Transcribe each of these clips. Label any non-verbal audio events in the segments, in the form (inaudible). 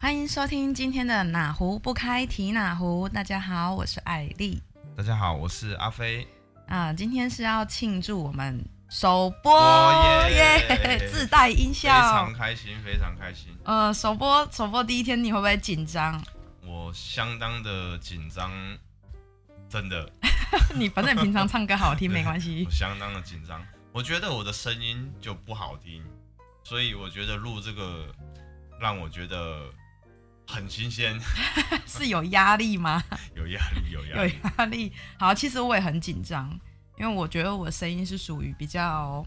欢迎收听今天的哪壶不开提哪壶。大家好，我是艾丽大家好，我是阿飞。啊、今天是要庆祝我们首播耶播哦耶自带音非效常。开心，非常开心。呃，首播首播第一天你会不会紧张？我相当的紧张，真的，你反正你平常唱歌好听没关系 (laughs) 我。相当的紧张。我觉得我的声音就不好听，所以我觉得录这个让我觉得很新鲜， (laughs) 是有压力吗？有压力，有压有力。压力。好，其实我也很紧张，因为我觉得我声音是属于比较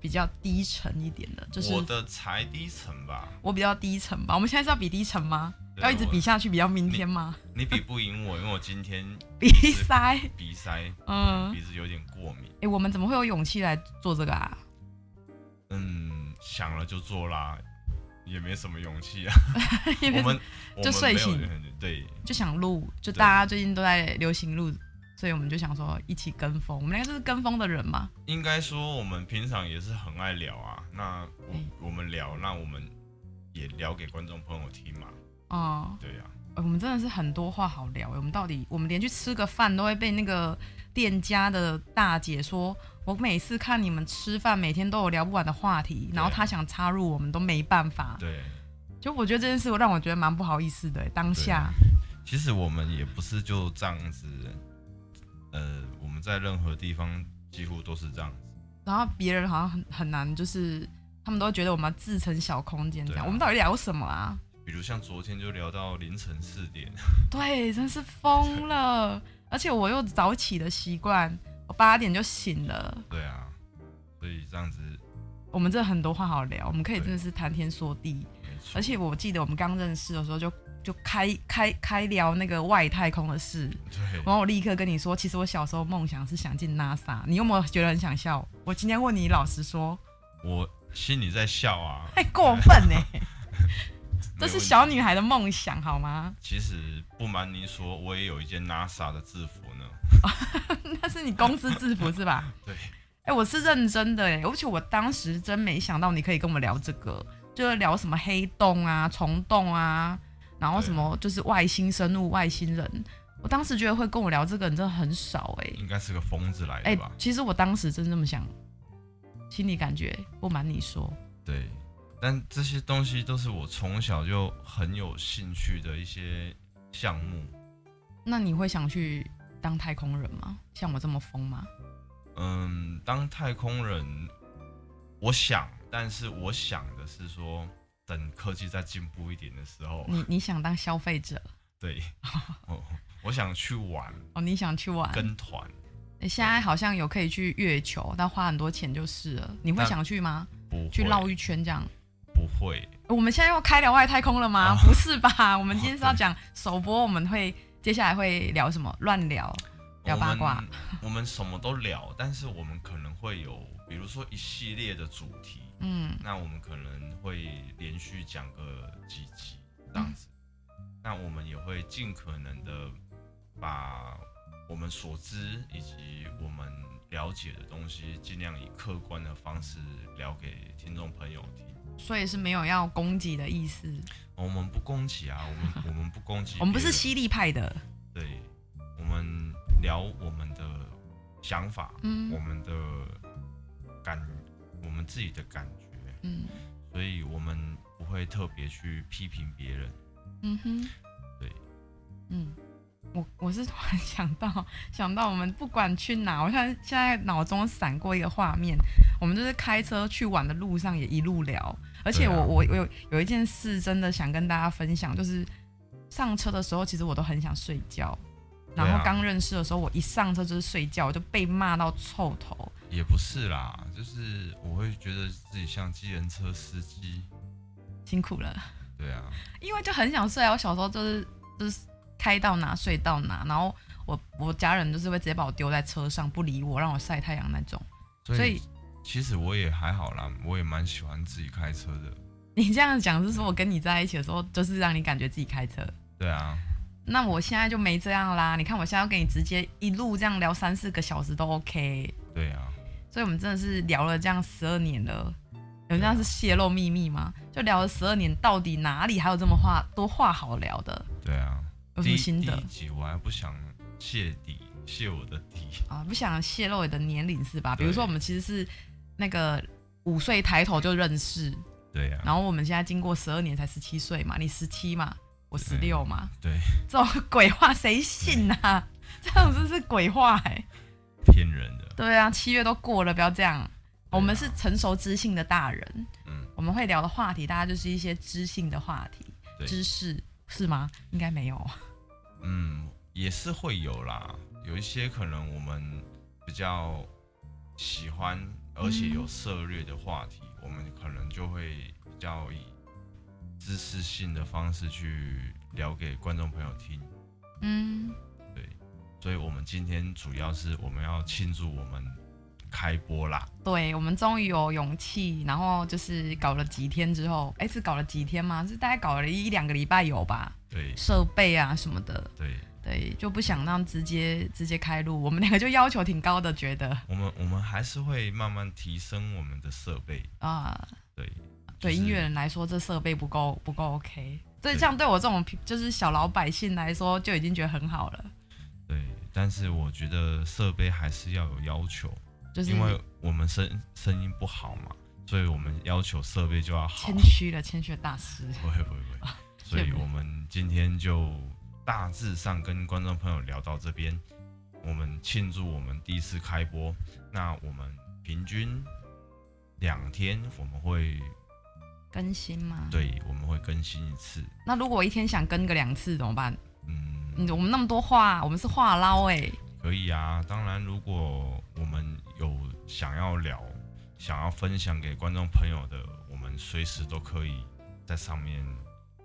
比较低沉一点的，就是我的才低沉吧，我比较低沉吧。我们现在是要比低沉吗？对要一直比下去，比到明天吗？你比不赢我，因为我今天 (laughs) 鼻子塞，鼻塞，嗯，鼻子有点过敏。哎、我们怎么会有勇气来做这个啊？ (laughs) 嗯，想了就做啦，也没什么勇气啊。因我为们就睡醒，我们没有对，就想录，就对大家最近都在流行录，所以我们就想说一起跟风。我们两个就是跟风的人嘛，应该说我们平常也是很爱聊啊。那我、嗯我们聊，那我们也聊给观众朋友听嘛。嗯，对啊，欸我们真的是很多话好聊欸、我们到底，我们连去吃个饭都会被那个店家的大姐说，我每次看你们吃饭，每天都有聊不完的话题，然后她想插入，我们都没办法。对。啊就我觉得这件事让我觉得蛮不好意思的欸、当下。其实我们也不是就这样子，呃，我们在任何地方几乎都是这样子。然后别人好像很很难，就是他们都觉得我们要自成小空间这样。对啊我们到底聊什么啊？比如像昨天就聊到凌晨四点， (laughs) 对，真是疯了！而且我又早起的习惯，我八点就醒了。对啊，所以这样子我们这很多话好聊，我们可以对真的是谈天说地。没错。而且我记得我们刚认识的时候就就开开开聊那个外太空的事，对，然后我立刻跟你说，其实我小时候梦想是想进 NASA，你有没有觉得很想笑？我今天问你，老实说，我心里在 (laughs) 笑啊，太过 (laughs) 分呢、欸这没是问题小女孩的梦想好吗？其实不瞒您说，我也有一件 NASA 的制服呢。那是你公司制服是吧？ (laughs) 对，哎、我是认真的哎，而且我当时真没想到你可以跟我聊这个，就是聊什么黑洞啊、虫洞啊，然后什么就是外星生物、外星人。我当时觉得会跟我聊这个人真的很少哎应该是个疯子来哎、的吧？其实我当时真这么想，心里感觉不瞒你说，对，但这些东西都是我从小就很有兴趣的一些项目。那你会想去当太空人吗？像我这么疯吗？嗯，当太空人，我想，但是我想的是说，等科技再进步一点的时候，你你想当消费者 (laughs) 对，我我想去玩哦？你想去玩？跟团，欸现在好像有可以去月球，但花很多钱就是了。你会那想去吗？不会去绕一圈这样？不会，呃我们现在要开聊外太空了吗？哦不是吧？我们今天是要讲首播，我们会接下来会聊什么？乱聊，聊八卦我们。我们什么都聊，但是我们可能会有，比如说一系列的主题，嗯，那我们可能会连续讲个几集这样子。那我们也会尽可能的把我们所知以及我们了解的东西，尽量以客观的方式聊给听众朋友听。所以是没有要攻击的意思。我们不攻击啊，(laughs) 我们我们不攻击别人，我们不是犀利派的，对，我们聊我们的想法，我嗯们的感，我们自己的感觉，嗯所以我们不会特别去批评别人。嗯哼，对，嗯。我我是突然想到，想到我们不管去哪，我看现在脑中闪过一个画面，我们就是开车去玩的路上也一路聊，而且对我、啊我我有有一件事真的想跟大家分享，就是上车的时候，其实我都很想睡觉，对然啊后刚认识的时候，我一上车就是睡觉，我就被骂到臭头，也不是啦，就是我会觉得自己像机人车司机。辛苦了，对啊，因为就很想睡啊，我小时候就是就是开到哪睡到哪，然后我我家人就是会直接把我丢在车上不理我，让我晒太阳那种。 (laughs) 所以所以其实我也还好啦，我也蛮喜欢自己开车的。你这样讲是说我跟你在一起的时候，就是让你感觉自己开车。对啊，那我现在就没这样啦，你看我现在要跟你直接一路这样聊三四个小时都 OK，对啊，所以我们真的是聊了这样十二年了，有人这样是泄露秘密吗？就聊了十二年，到底哪里还有这么话多话好聊的？对啊，有什第么一心得第一集我还不想泄底，泄我的底。啊？不想泄露你的年龄是吧？比对如说我们其实是那个五岁抬头就认识，对啊，然后我们现在经过十二年才十七岁嘛，你十七嘛，我十六嘛，对，这种鬼话谁信啊？ (laughs) 这种真是鬼话哎、骗人的。对啊，七月都过了，不要这啊样。我们是成熟知性的大人，嗯，我们会聊的话题，大家就是一些知性的话题，对知识是吗？应该没有。嗯，也是会有啦，有一些可能我们比较喜欢，而且有涉略的话题，我们可能就会比较以知识性的方式去聊给观众朋友听。嗯，所以我们今天主要是我们要庆祝我们开播啦，对，我们终于有勇气，然后就是搞了几天之后，哎，是搞了几天吗？是大概搞了一两个礼拜有吧？对设备啊什么的，对，对，就不想让直接直接开录，我们两个就要求挺高的，觉得我们我们还是会慢慢提升我们的设备，啊，对，对就是音乐人来说，这设备不够不够 OK。所以对这样对我这种平就是小老百姓来说，就已经觉得很好了。对，但是我觉得设备还是要有要求，就是因为我们声声音不好嘛，所以我们要求设备就要好谦。虚了，谦虚的大师。不会不会不会，啊所以羡慕我们今天就大致上跟观众朋友聊到这边，我们庆祝我们第一次开播。那我们平均两天我们会更新吗？。对我们会更新一次，那如果我一天想更个两次怎么办？嗯嗯，，我们那么多话，我们是话唠哎、可以啊。当然，如果我们有想要聊、想要分享给观众朋友的，我们随时都可以在上面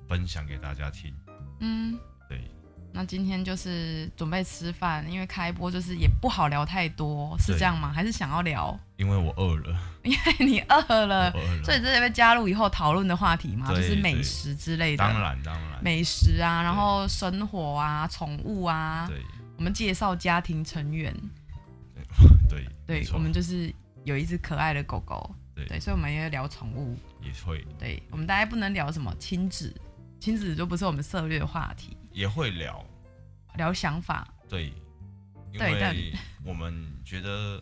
分享给大家听。嗯，对，那今天就是准备吃饭，因为开播就是也不好聊太多，是对这样吗？还是想要聊？ (laughs) 因为我饿了，你饿 (laughs) 我了，饿了。所以呃这边加入以后讨论的话题嘛，就对是美食之类的。当然，当然，美食啊，然后生活啊，宠物啊，对我们介绍家庭成员，对没对错我们就是有一只可爱的狗狗，对对，所以我们也会聊宠物，也会对我们大概不能聊什么亲子，亲子就不是我们涉猎的话题，也会聊，聊想法，对，因对但为 (laughs) 我们觉得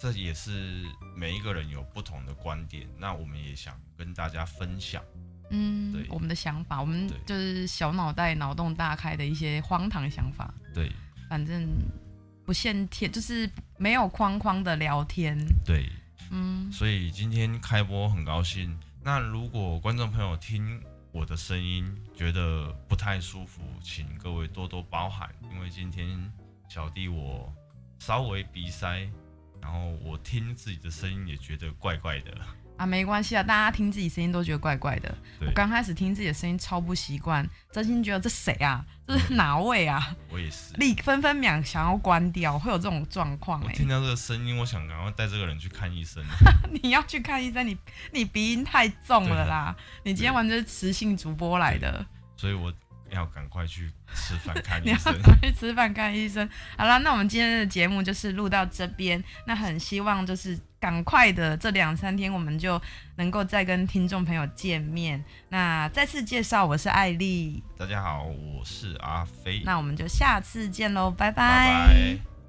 这也是每一个人有不同的观点，那我们也想跟大家分享，嗯对，我们的想法，我们对就是小脑袋脑洞大开的一些荒唐想法，对反正不限天，就是没有框框的聊天，对，嗯，所以今天开播很高兴。那如果观众朋友听我的声音觉得不太舒服，请各位多多包涵，因为今天小弟我稍微鼻塞，然后我听自己的声音也觉得怪怪的。啊，没关系啊，大家听自己声音都觉得怪怪的。对我刚开始听自己的声音超不习惯，真心觉得这谁啊，这是哪位啊？我也是，立分分秒想要关掉，会有这种状况我哎、听到这个声音，我想赶快带这个人去看医生。 (laughs) 你要去看医生，你你鼻音太重了啦。你今天完全是磁性主播来的，所以我要赶快去吃饭看你医要 (laughs) 生。赶去吃饭看医生。好啦，那我们今天的节目就是录到这边，那很希望就是赶快的这两三天我们就能够再跟听众朋友见面。那再次介绍，我是艾丽。大家好，我是阿飞，那我们就下次见喽，拜拜拜。